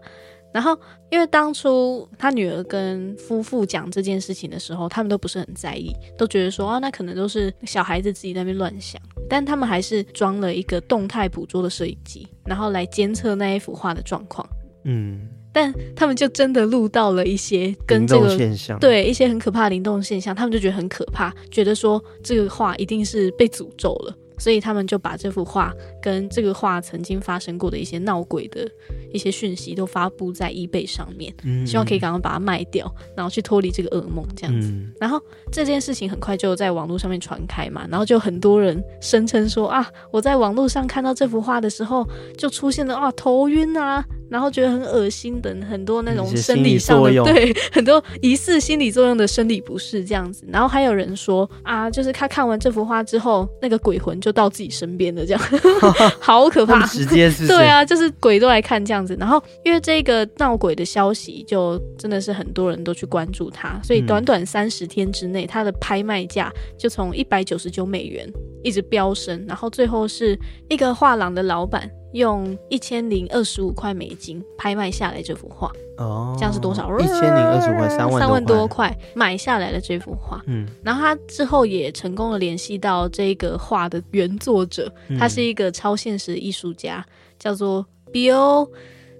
Speaker 2: 然后，因为当初他女儿跟夫妇讲这件事情的时候，他们都不是很在意，都觉得说啊，那可能都是小孩子自己在那边乱想。但他们还是装了一个动态捕捉的摄影机，然后来监测那一幅画的状况。
Speaker 1: 嗯，
Speaker 2: 但他们就真的录到了一些跟
Speaker 1: 灵
Speaker 2: 这
Speaker 1: 动
Speaker 2: 个
Speaker 1: 现象，，
Speaker 2: 对一些很可怕的灵动现象，他们就觉得很可怕，觉得说这个画一定是被诅咒了，所以他们就把这幅画跟这个画曾经发生过的一些闹鬼的一些讯息都发布在 eBay 上面，
Speaker 1: 嗯
Speaker 2: 希望可以赶快把它卖掉，然后去脱离这个噩梦这样子。
Speaker 1: 嗯，
Speaker 2: 然后这件事情很快就在网络上面传开嘛，然后就很多人声称说啊，我在网络上看到这幅画的时候，就出现了啊头晕啊，然后觉得很恶心等很多那种
Speaker 1: 一些
Speaker 2: 生理上的
Speaker 1: 心理作用
Speaker 2: 对很多疑似心理作用的生理不适这样子。然后还有人说啊，就是他看完这幅画之后，那个鬼魂就到自己身边了，这样 [LAUGHS] 好可
Speaker 1: 他
Speaker 2: 怕
Speaker 1: 们。直接是不是
Speaker 2: [LAUGHS] 对，啊，就是鬼都来看这样子。然后因为这个闹鬼的消息，就真的是很多人都去关注它，所以
Speaker 1: 嗯
Speaker 2: 短短三十天之内，它的拍卖价就从一百九十九美元一直飙升，然后最后是一个画廊的老板。用一千零二十五块美金拍卖下来这幅画，
Speaker 1: 哦，
Speaker 2: 这样是多少？
Speaker 1: 一千零二十块，三万
Speaker 2: 三万多
Speaker 1: 多，
Speaker 2: 块买下来了这幅画，
Speaker 1: 嗯，
Speaker 2: 然后他之后也成功的联系到这个画的原作者，
Speaker 1: 嗯
Speaker 2: 他是一个超现实艺术家，叫做 Bill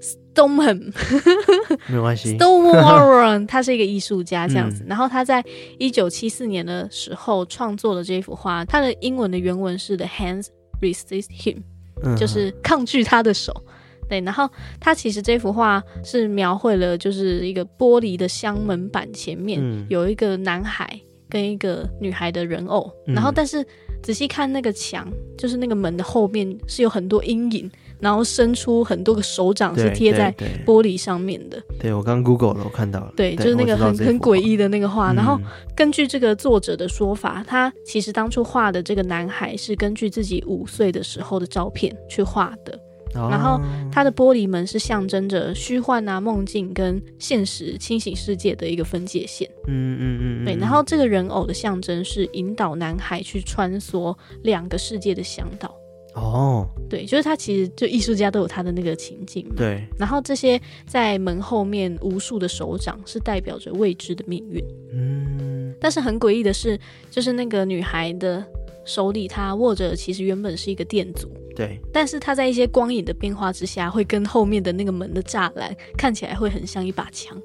Speaker 2: Stoneham
Speaker 1: 没有关系，
Speaker 2: Stone Warren，他是一个艺术家这样子。
Speaker 1: 嗯
Speaker 2: 然后他在一九七四年的时候创作了这幅画，他的英文的原文是 The Hands Resist Him，
Speaker 1: 嗯
Speaker 2: 就是抗拒他的手。对，然后他其实这幅画是描绘了，就是一个玻璃的箱门板前面、
Speaker 1: 嗯
Speaker 2: 有一个男孩跟一个女孩的人偶，
Speaker 1: 嗯
Speaker 2: 然后但是仔细看那个墙，就是那个门的后面是有很多阴影，然后伸出很多个手掌是
Speaker 1: 嗯对
Speaker 2: 贴在
Speaker 1: 对对
Speaker 2: 玻璃上面的，
Speaker 1: 对我刚 Google 了，我看到了，
Speaker 2: 对，就是那个
Speaker 1: 我知道
Speaker 2: 很
Speaker 1: 这幅
Speaker 2: 很诡异的那个画，
Speaker 1: 画，
Speaker 2: 然后
Speaker 1: 嗯
Speaker 2: 根据这个作者的说法，他其实当初画的这个男孩是根据自己五岁的时候的照片去画的。然后
Speaker 1: 哦
Speaker 2: 它的玻璃门是象征着虚幻啊、梦境跟现实清醒世界的一个分界线。
Speaker 1: 嗯嗯嗯嗯，
Speaker 2: 对，
Speaker 1: 嗯
Speaker 2: 然后这个人偶的象征是引导男孩去穿梭两个世界的向导。
Speaker 1: 哦，
Speaker 2: 对，就是他其实就艺术家都有他的那个情境嘛。
Speaker 1: 对，
Speaker 2: 然后这些在门后面无数的手掌是代表着未知的命运，
Speaker 1: 嗯
Speaker 2: 但是很诡异的是，就是那个女孩的手里她握着其实原本是一个电阻，
Speaker 1: 对，
Speaker 2: 但是它在一些光影的变化之下，会跟后面的那个门的栅栏看起来会很像一把枪，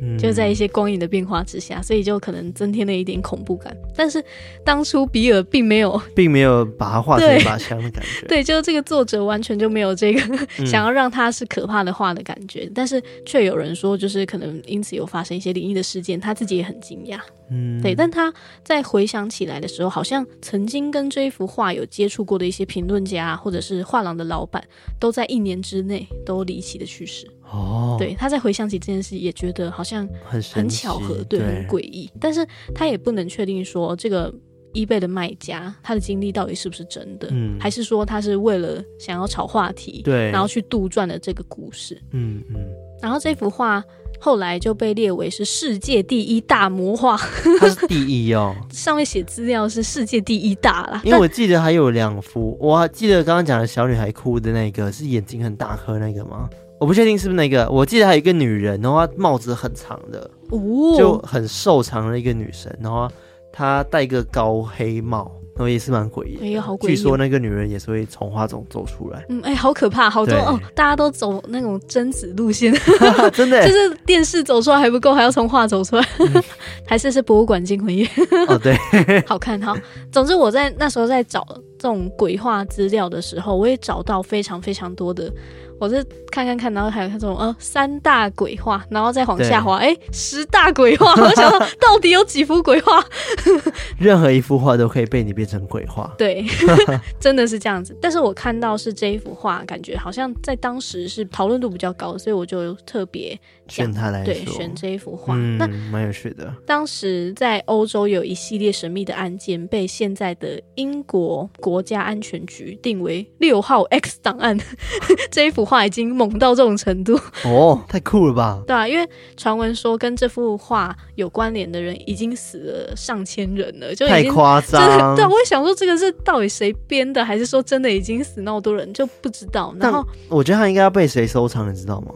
Speaker 1: 嗯
Speaker 2: 就在一些光影的变化之下，所以就可能增添了一点恐怖感。但是当初比尔并没有，
Speaker 1: 并没有把它画成
Speaker 2: 对
Speaker 1: 一把枪的感觉，
Speaker 2: 对，就是这个作者完全就没有这个、
Speaker 1: 嗯
Speaker 2: 想要让它是可怕的画的感觉，但是却有人说，就是可能因此有发生一些灵异的事件，他自己也很惊讶。
Speaker 1: 嗯
Speaker 2: 对，但他在回想起来的时候，好像曾经跟这一幅画有接触过的一些评论家啊或者是画廊的老板，都在一年之内都离奇的去世。
Speaker 1: 哦，
Speaker 2: 对，他在回想起这件事，也觉得好像
Speaker 1: 很神
Speaker 2: 很
Speaker 1: 奇
Speaker 2: 巧合，
Speaker 1: 对，
Speaker 2: 对，很诡异。但是他也不能确定说这个 eBay 的卖家他的经历到底是不是真的，
Speaker 1: 嗯
Speaker 2: 还是说他是为了想要炒话题，
Speaker 1: 对
Speaker 2: 然后去杜撰了这个故事。
Speaker 1: 嗯嗯，
Speaker 2: 然后这幅画后来就被列为是世界第一大魔画。
Speaker 1: [LAUGHS] 它是第一哦，
Speaker 2: 上面写资料是世界第一大 [LAUGHS] 啦，
Speaker 1: 因为我记得还有两幅，我还记得刚刚讲的小女孩哭的那个是眼睛很大颗那个吗？我不确定是不是那个，我记得还有一个女人，然后她帽子很长的，
Speaker 2: 但哦，
Speaker 1: 就很瘦长的一个女生，然后她戴一个高黑帽，然后也是蛮诡异的。
Speaker 2: 哎呀，好诡异哦。，
Speaker 1: 据说那个女人也是会从花丛走出来
Speaker 2: [LAUGHS] 嗯，哎、好可怕，好多
Speaker 1: 对
Speaker 2: 哦，大家都走那种贞子路
Speaker 1: [LAUGHS]
Speaker 2: 线，
Speaker 1: 哈哈真的耶
Speaker 2: 就是电视走出来还不够，还要从画走出来，
Speaker 1: 嗯
Speaker 2: [LAUGHS] 还是是博物馆惊
Speaker 1: [LAUGHS]
Speaker 2: 魂夜，
Speaker 1: 哦，对，
Speaker 2: 好看好。总之，我在那时候在找这种鬼画资料的时候，我也找到非常非常多的。我是看看看，然后还有那种呃三大鬼画，然后再往下滑，哎十大鬼画，我想
Speaker 1: [LAUGHS]
Speaker 2: 说到底有几幅鬼画？
Speaker 1: 任何一幅画都可以被你变成鬼画。 [LAUGHS]
Speaker 2: 对， [LAUGHS] 真的是这样子。但是我看到是这一幅画，感觉好像在当时是讨论度比较高，所以我就特别
Speaker 1: 选它来说，
Speaker 2: 对选这一幅画。
Speaker 1: 嗯
Speaker 2: 那，
Speaker 1: 蛮有趣的。
Speaker 2: 当时在欧洲有一系列神秘的案件被现在的英国国家安全局定为六号 X 档案， [LAUGHS] 这一幅画已经猛到这种程度， [LAUGHS]
Speaker 1: 哦，太酷了吧！
Speaker 2: 对啊，因为传闻说跟这幅画有关联的人已经死了上千人了，就已
Speaker 1: 太
Speaker 2: 经
Speaker 1: 夸
Speaker 2: 真的，
Speaker 1: 张
Speaker 2: 对，。我也想说这个是到底谁编的，还是说真的已经死那么多人就不知道？
Speaker 1: 但
Speaker 2: 然后
Speaker 1: 我觉得他应该要被谁收藏，你知道吗？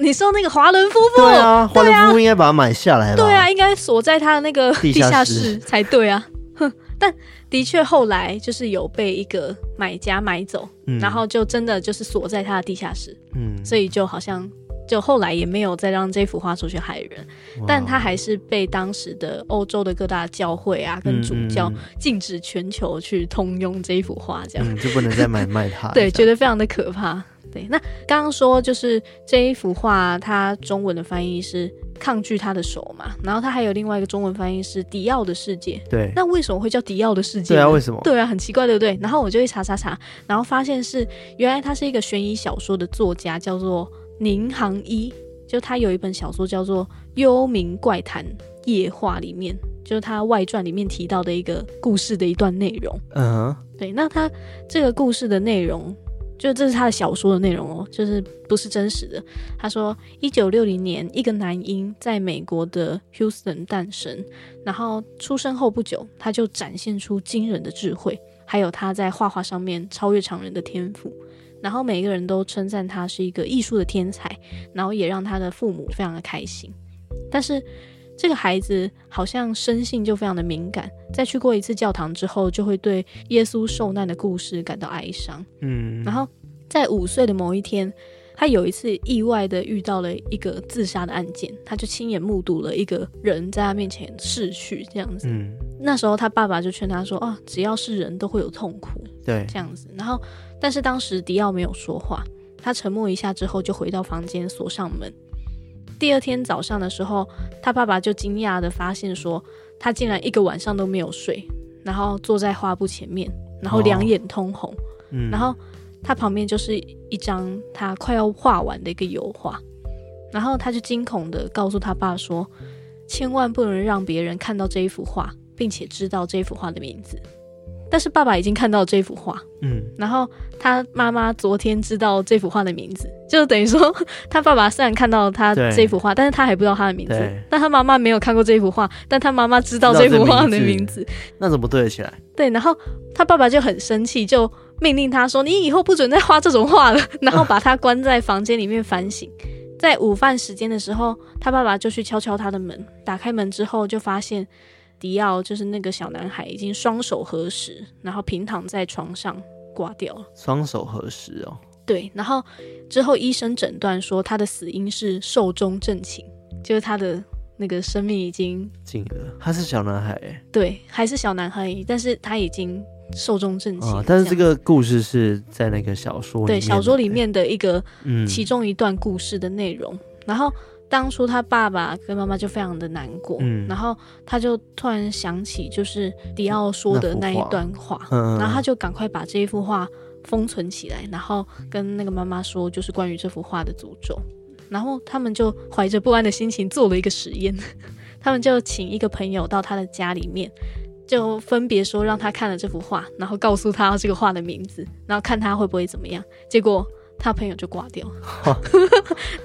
Speaker 2: 你说那个华伦夫妇，
Speaker 1: 对啊，华伦夫妇应该把它买下来吧？
Speaker 2: 对啊，应该锁在他的那个
Speaker 1: 地
Speaker 2: 地
Speaker 1: 下
Speaker 2: 下
Speaker 1: 室
Speaker 2: 室 [LAUGHS] 才对啊。哼，但的确后来就是有被一个买家买走，
Speaker 1: 嗯
Speaker 2: 然后就真的就是锁在他的地下室，
Speaker 1: 嗯，
Speaker 2: 所以就好像就后来也没有再让这幅画出去害人，
Speaker 1: 哇
Speaker 2: 但他还是被当时的欧洲的各大教会啊跟主教
Speaker 1: 嗯嗯
Speaker 2: 禁止全球去通用这一幅画，这样、，
Speaker 1: 嗯就不能再买卖它
Speaker 2: [LAUGHS] 对，觉
Speaker 1: 得
Speaker 2: 得非常的可怕。对，那刚刚说就是这一幅画，它中文的翻译是“抗拒他的手”嘛，然后它还有另外一个中文翻译是“迪奥的世界”。
Speaker 1: 对
Speaker 2: 那为什么会叫迪奥的世界
Speaker 1: 对
Speaker 2: 呢？
Speaker 1: 啊，为什么？
Speaker 2: 对啊，很奇怪，对不对？然后我就去查查查，然后发现是原来他是一个悬疑小说的作家，叫做宁杭一，就他有一本小说叫做《幽冥怪谈夜话》，里面就是他外传里面提到的一个故事的一段内容。
Speaker 1: 嗯
Speaker 2: 对，那他这个故事的内容，就这是他的小说的内容哦，就是不是真实的。他说，一九六零年，一个男婴在美国的 Houston 诞生，然后出生后不久，他就展现出惊人的智慧，还有他在画画上面超越常人的天赋。然后每一个人都称赞他是一个艺术的天才，然后也让他的父母非常的开心。但是这个孩子好像生性就非常的敏感，在去过一次教堂之后，就会对耶稣受难的故事感到哀伤。
Speaker 1: 嗯，
Speaker 2: 然后在五岁的某一天，他有一次意外的遇到了一个自杀的案件，他就亲眼目睹了一个人在他面前逝去这样子。
Speaker 1: 嗯
Speaker 2: 那时候他爸爸就劝他说：“啊，只要是人都会有痛苦，
Speaker 1: 对
Speaker 2: 这样子。然后，但是当时迪奥没有说话，他沉默一下之后就回到房间锁上门。第二天早上的时候，他爸爸就惊讶的发现说，他竟然一个晚上都没有睡，然后坐在画布前面，然后
Speaker 1: 哦
Speaker 2: 两眼通红，
Speaker 1: 嗯，
Speaker 2: 然后他旁边就是一张他快要画完的一个油画，然后他就惊恐的告诉他爸说，千万不能让别人看到这一幅画，并且知道这一幅画的名字。但是爸爸已经看到这幅画，
Speaker 1: 嗯
Speaker 2: 然后他妈妈昨天知道这幅画的名字，就等于说 [LAUGHS] 他爸爸虽然看到他
Speaker 1: 对
Speaker 2: 这幅画，但是他还不知道他的名字
Speaker 1: 对。
Speaker 2: 但他妈妈没有看过这幅画，但他妈妈知道
Speaker 1: 知道
Speaker 2: 这幅画
Speaker 1: 这
Speaker 2: 的
Speaker 1: 名
Speaker 2: 名
Speaker 1: 字
Speaker 2: 字。
Speaker 1: 那怎么对得起来？
Speaker 2: 对，然后他爸爸就很生气，就命令他说：“你以后不准再画这种画了。”然后把他关在房间里面反省。在午饭时间的时候，他爸爸就去敲敲他的门，打开门之后就发现迪奥就是那个小男孩已经双手合十，然后平躺在床上挂掉了。
Speaker 1: 双手合十哦，
Speaker 2: 对，然后之后医生诊断说他的死因是寿终正寝，就是他的那个生命已经
Speaker 1: 进了，他是小男孩欸
Speaker 2: 对还是小男孩，但是他已经寿终正寝、
Speaker 1: 啊，但是这
Speaker 2: 样
Speaker 1: 个故事是在那个小说
Speaker 2: 对
Speaker 1: 面
Speaker 2: 小说里
Speaker 1: 的
Speaker 2: 面的一个
Speaker 1: 嗯
Speaker 2: 其中一段故事的内容，然后。当初他爸爸跟妈妈就非常的难过，
Speaker 1: 嗯
Speaker 2: 然后他就突然想起就是迪奥说的
Speaker 1: 那
Speaker 2: 那
Speaker 1: 幅
Speaker 2: 一
Speaker 1: 画
Speaker 2: 段话，
Speaker 1: 嗯
Speaker 2: 然后他就赶快把这一幅画封存起来，然后跟那个妈妈说，就是关于这幅画的诅咒。然后他们就怀着不安的心情做了一个实验， [LAUGHS] 他们就请一个朋友到他的家里面，就分别说让他看了这幅画，然后告诉他这个画的名字，然后看他会不会怎么样。结果他朋友就挂
Speaker 1: [LAUGHS]
Speaker 2: 掉，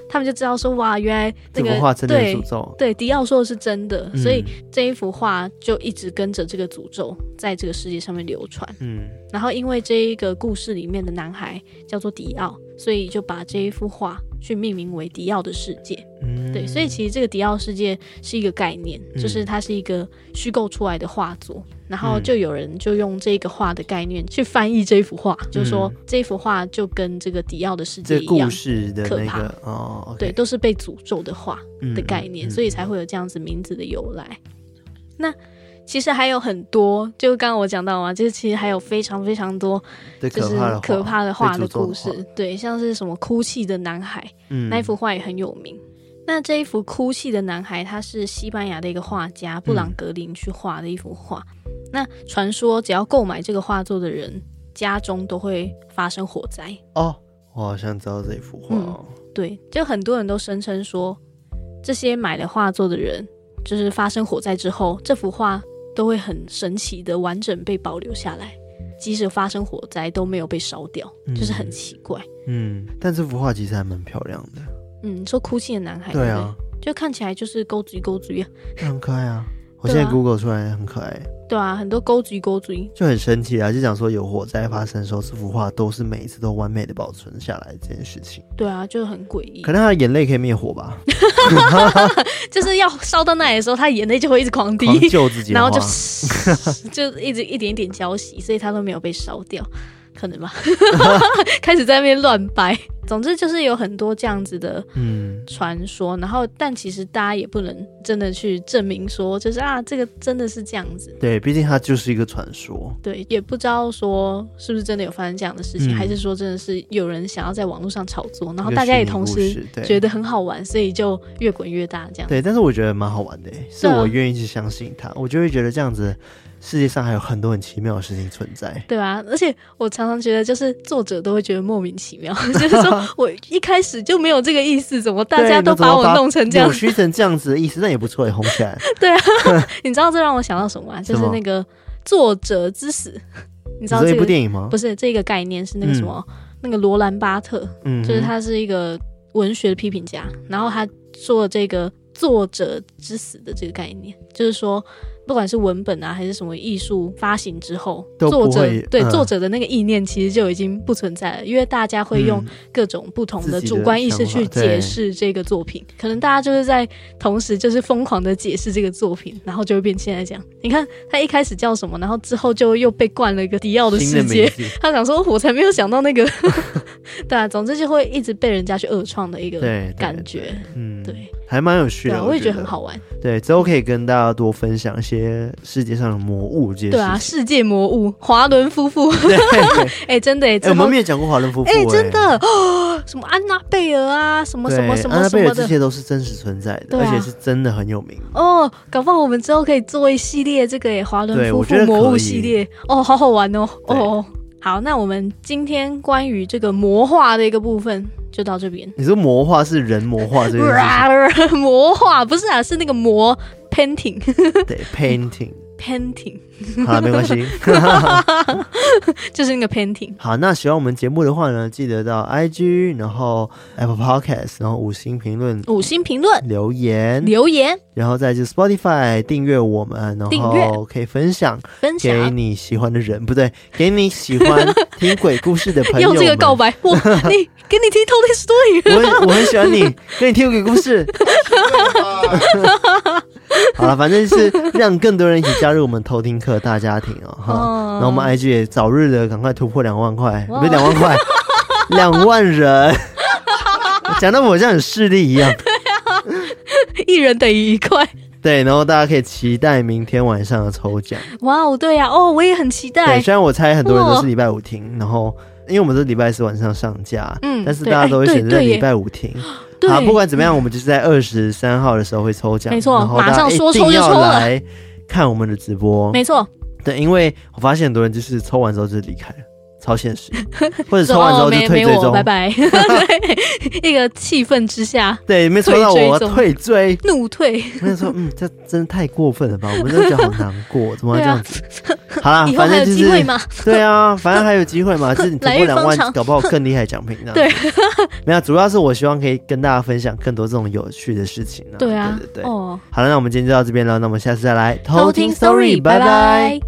Speaker 2: 他们就知道说哇，原来那
Speaker 1: 这
Speaker 2: 个
Speaker 1: 幅画真的有
Speaker 2: 对
Speaker 1: 诅咒，
Speaker 2: 对，迪奥说的是真的，所以
Speaker 1: 嗯
Speaker 2: 这一幅画就一直跟着这个诅咒在这个世界上面流传。
Speaker 1: 嗯
Speaker 2: 然后因为这一个故事里面的男孩叫做迪奥，所以就把这一幅画去命名为迪奥的世界。
Speaker 1: 嗯，
Speaker 2: 对，所以其实这个迪奥世界是一个概念，
Speaker 1: 嗯
Speaker 2: 就是它是一个虚构出来的画作，然后
Speaker 1: 嗯
Speaker 2: 就有人就用这个画的概念去翻译这幅画，就说
Speaker 1: 嗯
Speaker 2: 这幅画就跟这个迪奥的世界
Speaker 1: 这
Speaker 2: 一
Speaker 1: 故
Speaker 2: 样。
Speaker 1: 事的
Speaker 2: 可
Speaker 1: 那
Speaker 2: 怕
Speaker 1: 个哦，OK，
Speaker 2: 对，都是被诅咒的画
Speaker 1: 嗯
Speaker 2: 的概念，
Speaker 1: 嗯
Speaker 2: 所以才会有这样子名字的由来。那其实还有很多，就刚刚我讲到啊，就是其实还有非常非常多
Speaker 1: 对
Speaker 2: 就
Speaker 1: 可
Speaker 2: 是
Speaker 1: 怕的
Speaker 2: 可怕的画
Speaker 1: 被
Speaker 2: 的
Speaker 1: 诅咒的
Speaker 2: 故事，对，像是什么哭泣的男孩，
Speaker 1: 嗯
Speaker 2: 那一幅画也很有名。那这一幅哭泣的男孩，他是西班牙的一个画家布
Speaker 1: 嗯
Speaker 2: 朗格林去画的一幅画。那传说只要购买这个画作的人，家中都会发生火灾。
Speaker 1: 哦，我好像知道这幅画哦，
Speaker 2: 对，就很多人都声称说，这些买了画作的人，就是发生火灾之后，这幅画都会很神奇的完整被保留下来，即使发生火灾都没有被烧掉，就是很奇怪。
Speaker 1: 嗯，但这幅画其实还蛮漂亮的，
Speaker 2: 嗯，说哭泣的男孩，
Speaker 1: 对
Speaker 2: 不
Speaker 1: 啊，
Speaker 2: 对，就看起来就是勾嘴勾嘴啊，
Speaker 1: 那很可爱啊，我现在
Speaker 2: 对啊
Speaker 1: Google 出来很可爱，
Speaker 2: 对啊，很多勾嘴勾嘴，
Speaker 1: 就很神奇啊，就讲说有火灾发生的时候，这幅画都是每一次都完美的保存下来这件事情。
Speaker 2: 对啊，就很诡异
Speaker 1: 可。能他的眼泪可以灭火
Speaker 2: [LAUGHS]
Speaker 1: 吧，
Speaker 2: 就是要烧到那里的时候，他眼泪就会一直狂滴，
Speaker 1: 狂救自己的
Speaker 2: [LAUGHS] 然
Speaker 1: 话，
Speaker 2: 后就 [LAUGHS] 就一直一点一点浇熄，所以它都没有被烧掉，
Speaker 1: [LAUGHS]
Speaker 2: 可能吧。开始在那边乱掰，总之就是有很多这样子的
Speaker 1: 嗯，
Speaker 2: 传说，然后但其实大家也不能真的去证明说，就是啊，这个真的是这样子。
Speaker 1: 对，毕竟它就是一个传说。
Speaker 2: 对，也不知道说是不是真的有发生这样的事情，
Speaker 1: 嗯
Speaker 2: 还是说真的是有人想要在网络上炒作，然后
Speaker 1: 一个
Speaker 2: 大家也
Speaker 1: 虚拟
Speaker 2: 同
Speaker 1: 故
Speaker 2: 时
Speaker 1: 事对
Speaker 2: 觉得很好玩，所以就越滚越大这样。
Speaker 1: 对，但是我觉得蛮好玩的欸，是
Speaker 2: 对啊
Speaker 1: 我愿意去相信它，我就会觉得这样子世界上还有很多很奇妙的事情存在。
Speaker 2: 对吧？而且我常常觉得，就是作者都会觉得莫名其
Speaker 1: [LAUGHS]
Speaker 2: 妙，就是说我一开始就没有这个意思，怎么大
Speaker 1: 对
Speaker 2: 家
Speaker 1: 你
Speaker 2: 都
Speaker 1: 怎么
Speaker 2: 把我弄成这样
Speaker 1: 扭？曲成这样子的意思，那也不错欸，红起来。
Speaker 2: 你知道这让我想到什么吗？就是
Speaker 1: 什么
Speaker 2: 那个作者之死， [LAUGHS] 你
Speaker 1: 你
Speaker 2: 知道
Speaker 1: 说
Speaker 2: 这
Speaker 1: 一部
Speaker 2: 个
Speaker 1: 电影吗？
Speaker 2: 不是这个概念是那个什么？那个罗兰巴特，
Speaker 1: 嗯哼，
Speaker 2: 就是他是一个文学的批评家，然后他做这个作者之死的这个概念，就是说。不管是文本啊，还是什么艺术发行之后，
Speaker 1: 都
Speaker 2: 作
Speaker 1: 不
Speaker 2: 者
Speaker 1: 会
Speaker 2: 对、
Speaker 1: 嗯
Speaker 2: 作者的那个意念其实就已经不存在了，因为大家会用
Speaker 1: 嗯
Speaker 2: 各种不同的
Speaker 1: 自己
Speaker 2: 主
Speaker 1: 的
Speaker 2: 观意识
Speaker 1: 想法
Speaker 2: 去解释这个作品，可能大家就是在同时就是疯狂的解释这个作品，然后就会变现在这样。你看他一开始叫什么，然后之后就又被冠了一个迪奥的
Speaker 1: 新
Speaker 2: 世界
Speaker 1: 名，字
Speaker 2: 他想说我才没有想到那个， [LAUGHS] 对啊，总之就会一直被人家去恶创的一个
Speaker 1: 对
Speaker 2: 感，觉，
Speaker 1: 对嗯，
Speaker 2: 对，
Speaker 1: 还蛮有趣
Speaker 2: 对
Speaker 1: 的，
Speaker 2: 啊，我也
Speaker 1: 觉
Speaker 2: 觉得很。好玩，
Speaker 1: 对，之后可以跟大家多分享一些世界上的魔物这些
Speaker 2: 对啊，
Speaker 1: 事情。
Speaker 2: 世界魔物华伦夫妇，
Speaker 1: [LAUGHS] 对啊，
Speaker 2: [LAUGHS] 哎，真的哎，
Speaker 1: 哎，
Speaker 2: 之
Speaker 1: 我们
Speaker 2: 后
Speaker 1: 没有讲过华伦夫妇，
Speaker 2: 哎
Speaker 1: 哎，
Speaker 2: 真的 [GASPS] 哦什么安娜贝尔啊，什么
Speaker 1: 对，
Speaker 2: 什么什
Speaker 1: 安
Speaker 2: 么
Speaker 1: 娜
Speaker 2: 什
Speaker 1: 贝
Speaker 2: 么
Speaker 1: 尔这
Speaker 2: 的。
Speaker 1: 些都是真实存在的，
Speaker 2: 对啊
Speaker 1: 而且是真的很有名。
Speaker 2: 哦，搞不好我们之后可以做一系列这个耶华
Speaker 1: 对
Speaker 2: 伦夫
Speaker 1: 我觉
Speaker 2: 妇
Speaker 1: 得
Speaker 2: 魔
Speaker 1: 可
Speaker 2: 物
Speaker 1: 以
Speaker 2: 系列哦，好好玩哦
Speaker 1: 对
Speaker 2: 哦。好，那我们今天关于这个魔化的一个部分就到这边。
Speaker 1: 你说魔化是人魔化这件事
Speaker 2: [LAUGHS]
Speaker 1: 情，
Speaker 2: 魔化不是啊，是那个魔 painting [LAUGHS]
Speaker 1: 对，painting。
Speaker 2: painting，
Speaker 1: 好了，没关系。 [LAUGHS]
Speaker 2: 就是那个 painting。
Speaker 1: 好，那喜欢我们节目的话呢，记得到 IG，然后 Apple Podcast，然后五星评论
Speaker 2: 五星评论
Speaker 1: 留言，
Speaker 2: 留言
Speaker 1: 然后再就是 Spotify 订阅我们，然
Speaker 2: 订
Speaker 1: 后
Speaker 2: 阅
Speaker 1: 可以分享
Speaker 2: 分
Speaker 1: 给
Speaker 2: 享，
Speaker 1: 你喜欢的人，
Speaker 2: [LAUGHS]
Speaker 1: 不对，给你喜欢听鬼故事的朋友
Speaker 2: 用
Speaker 1: 们。
Speaker 2: 这个
Speaker 1: [LAUGHS]
Speaker 2: 告白我你给你听 Tony Story，
Speaker 1: 我很我很喜欢你，跟你听鬼故
Speaker 2: [LAUGHS]
Speaker 1: 事。好了，反正就是让更多人一起加入我们偷听课大家庭哦。哈，
Speaker 2: 哦
Speaker 1: 然后我们 IG 也早日的赶快突破两万块，
Speaker 2: 哇
Speaker 1: 不是两万
Speaker 2: [LAUGHS]
Speaker 1: 块，两万人。讲到我好像很势利一样，
Speaker 2: 一人等于一块。
Speaker 1: 对，然后大家可以期待明天晚上的抽奖。
Speaker 2: 哇哦，对呀、哦，我也很期
Speaker 1: 对，啊
Speaker 2: 待。
Speaker 1: 虽然我猜很多人都
Speaker 2: 哦
Speaker 1: 是礼拜五听，然后因为我们是礼拜四晚上上架，
Speaker 2: 嗯
Speaker 1: 但是大
Speaker 2: 对
Speaker 1: 家
Speaker 2: 哎
Speaker 1: 都会
Speaker 2: 对
Speaker 1: 选择
Speaker 2: 对耶
Speaker 1: 礼拜五听。
Speaker 2: 对，
Speaker 1: 啊好，不管怎么样，我们就是在二十三号的时候会抽奖，
Speaker 2: 没错
Speaker 1: 然后大家
Speaker 2: 马上说
Speaker 1: 一定
Speaker 2: 抽就
Speaker 1: 要
Speaker 2: 抽了
Speaker 1: 来看我们的直播，
Speaker 2: 没错，
Speaker 1: 对，因为我发现很多人就是抽完之后就离开了，超现
Speaker 2: [LAUGHS]
Speaker 1: 实，或者
Speaker 2: 说
Speaker 1: 抽完之
Speaker 2: 哦
Speaker 1: 后就
Speaker 2: 没
Speaker 1: 退
Speaker 2: 没
Speaker 1: 追
Speaker 2: 我，
Speaker 1: 踪，
Speaker 2: 拜拜。 [LAUGHS] 对，一个气氛之下
Speaker 1: 对，没抽到
Speaker 2: 退追
Speaker 1: 我
Speaker 2: 踪
Speaker 1: 退追，
Speaker 2: 怒退，
Speaker 1: 我想说，嗯，这真的太过分了吧，我们真的觉得好难过，怎么会这
Speaker 2: 对啊
Speaker 1: 样子？好啦，
Speaker 2: 以后
Speaker 1: 反
Speaker 2: 还
Speaker 1: 正
Speaker 2: 有
Speaker 1: 就是
Speaker 2: 机会吗？
Speaker 1: [LAUGHS] 对啊，反正还有机会
Speaker 2: [LAUGHS]
Speaker 1: 嘛，就是你突
Speaker 2: 来
Speaker 1: 破
Speaker 2: 日
Speaker 1: 两
Speaker 2: 方
Speaker 1: 万，
Speaker 2: 长
Speaker 1: 搞不好更厉害奖品呢。
Speaker 2: [LAUGHS] 对，
Speaker 1: [LAUGHS] 没有，主要是我希望可以跟大家分享更多这种有趣的事情啊。
Speaker 2: 对啊
Speaker 1: 对对，对。
Speaker 2: 哦，
Speaker 1: 好了，那我们今天就到这边了，那我们下次再来
Speaker 2: 偷听 story，拜拜